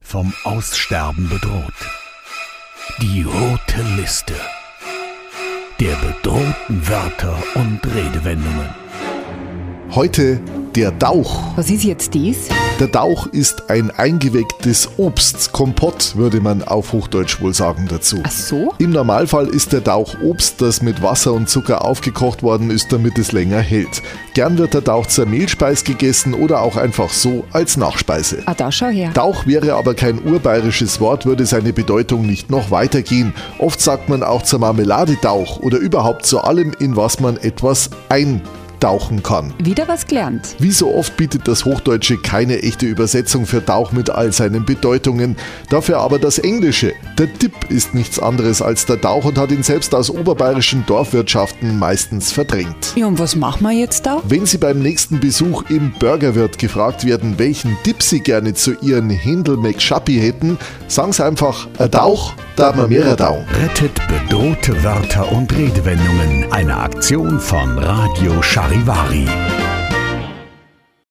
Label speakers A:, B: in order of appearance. A: vom Aussterben bedroht. Die rote Liste der bedrohten Wörter und Redewendungen.
B: Heute der Dauch.
C: Was ist jetzt dies?
B: Der Dauch ist ein eingewecktes Obst. Kompott würde man auf Hochdeutsch wohl sagen dazu.
C: Ach so?
B: Im Normalfall ist der Dauch Obst, das mit Wasser und Zucker aufgekocht worden ist, damit es länger hält. Gern wird der Dauch zur Mehlspeis gegessen oder auch einfach so als Nachspeise.
C: Ah, da schau her.
B: Dauch wäre aber kein urbayerisches Wort, würde seine Bedeutung nicht noch weitergehen. Oft sagt man auch zur Marmelade Dauch oder überhaupt zu allem, in was man etwas eintauchen kann.
C: Wieder was gelernt.
B: Wie so oft bietet das Hochdeutsche keine echte Übersetzung für Tauch mit all seinen Bedeutungen, dafür aber das Englische. Der Dip ist nichts anderes als der Tauch und hat ihn selbst aus oberbayerischen Dorfwirtschaften meistens verdrängt.
C: Ja, und was machen wir jetzt da?
B: Wenn Sie beim nächsten Besuch im Burgerwirt gefragt werden, welchen Tipp Sie gerne zu Ihren Händel McShappi hätten, sagen Sie einfach, ein Tauch, da hat man mehrere Tauch.
A: Rettet bedrohte Wörter und Redewendungen. Eine Aktion von Radio Charivari.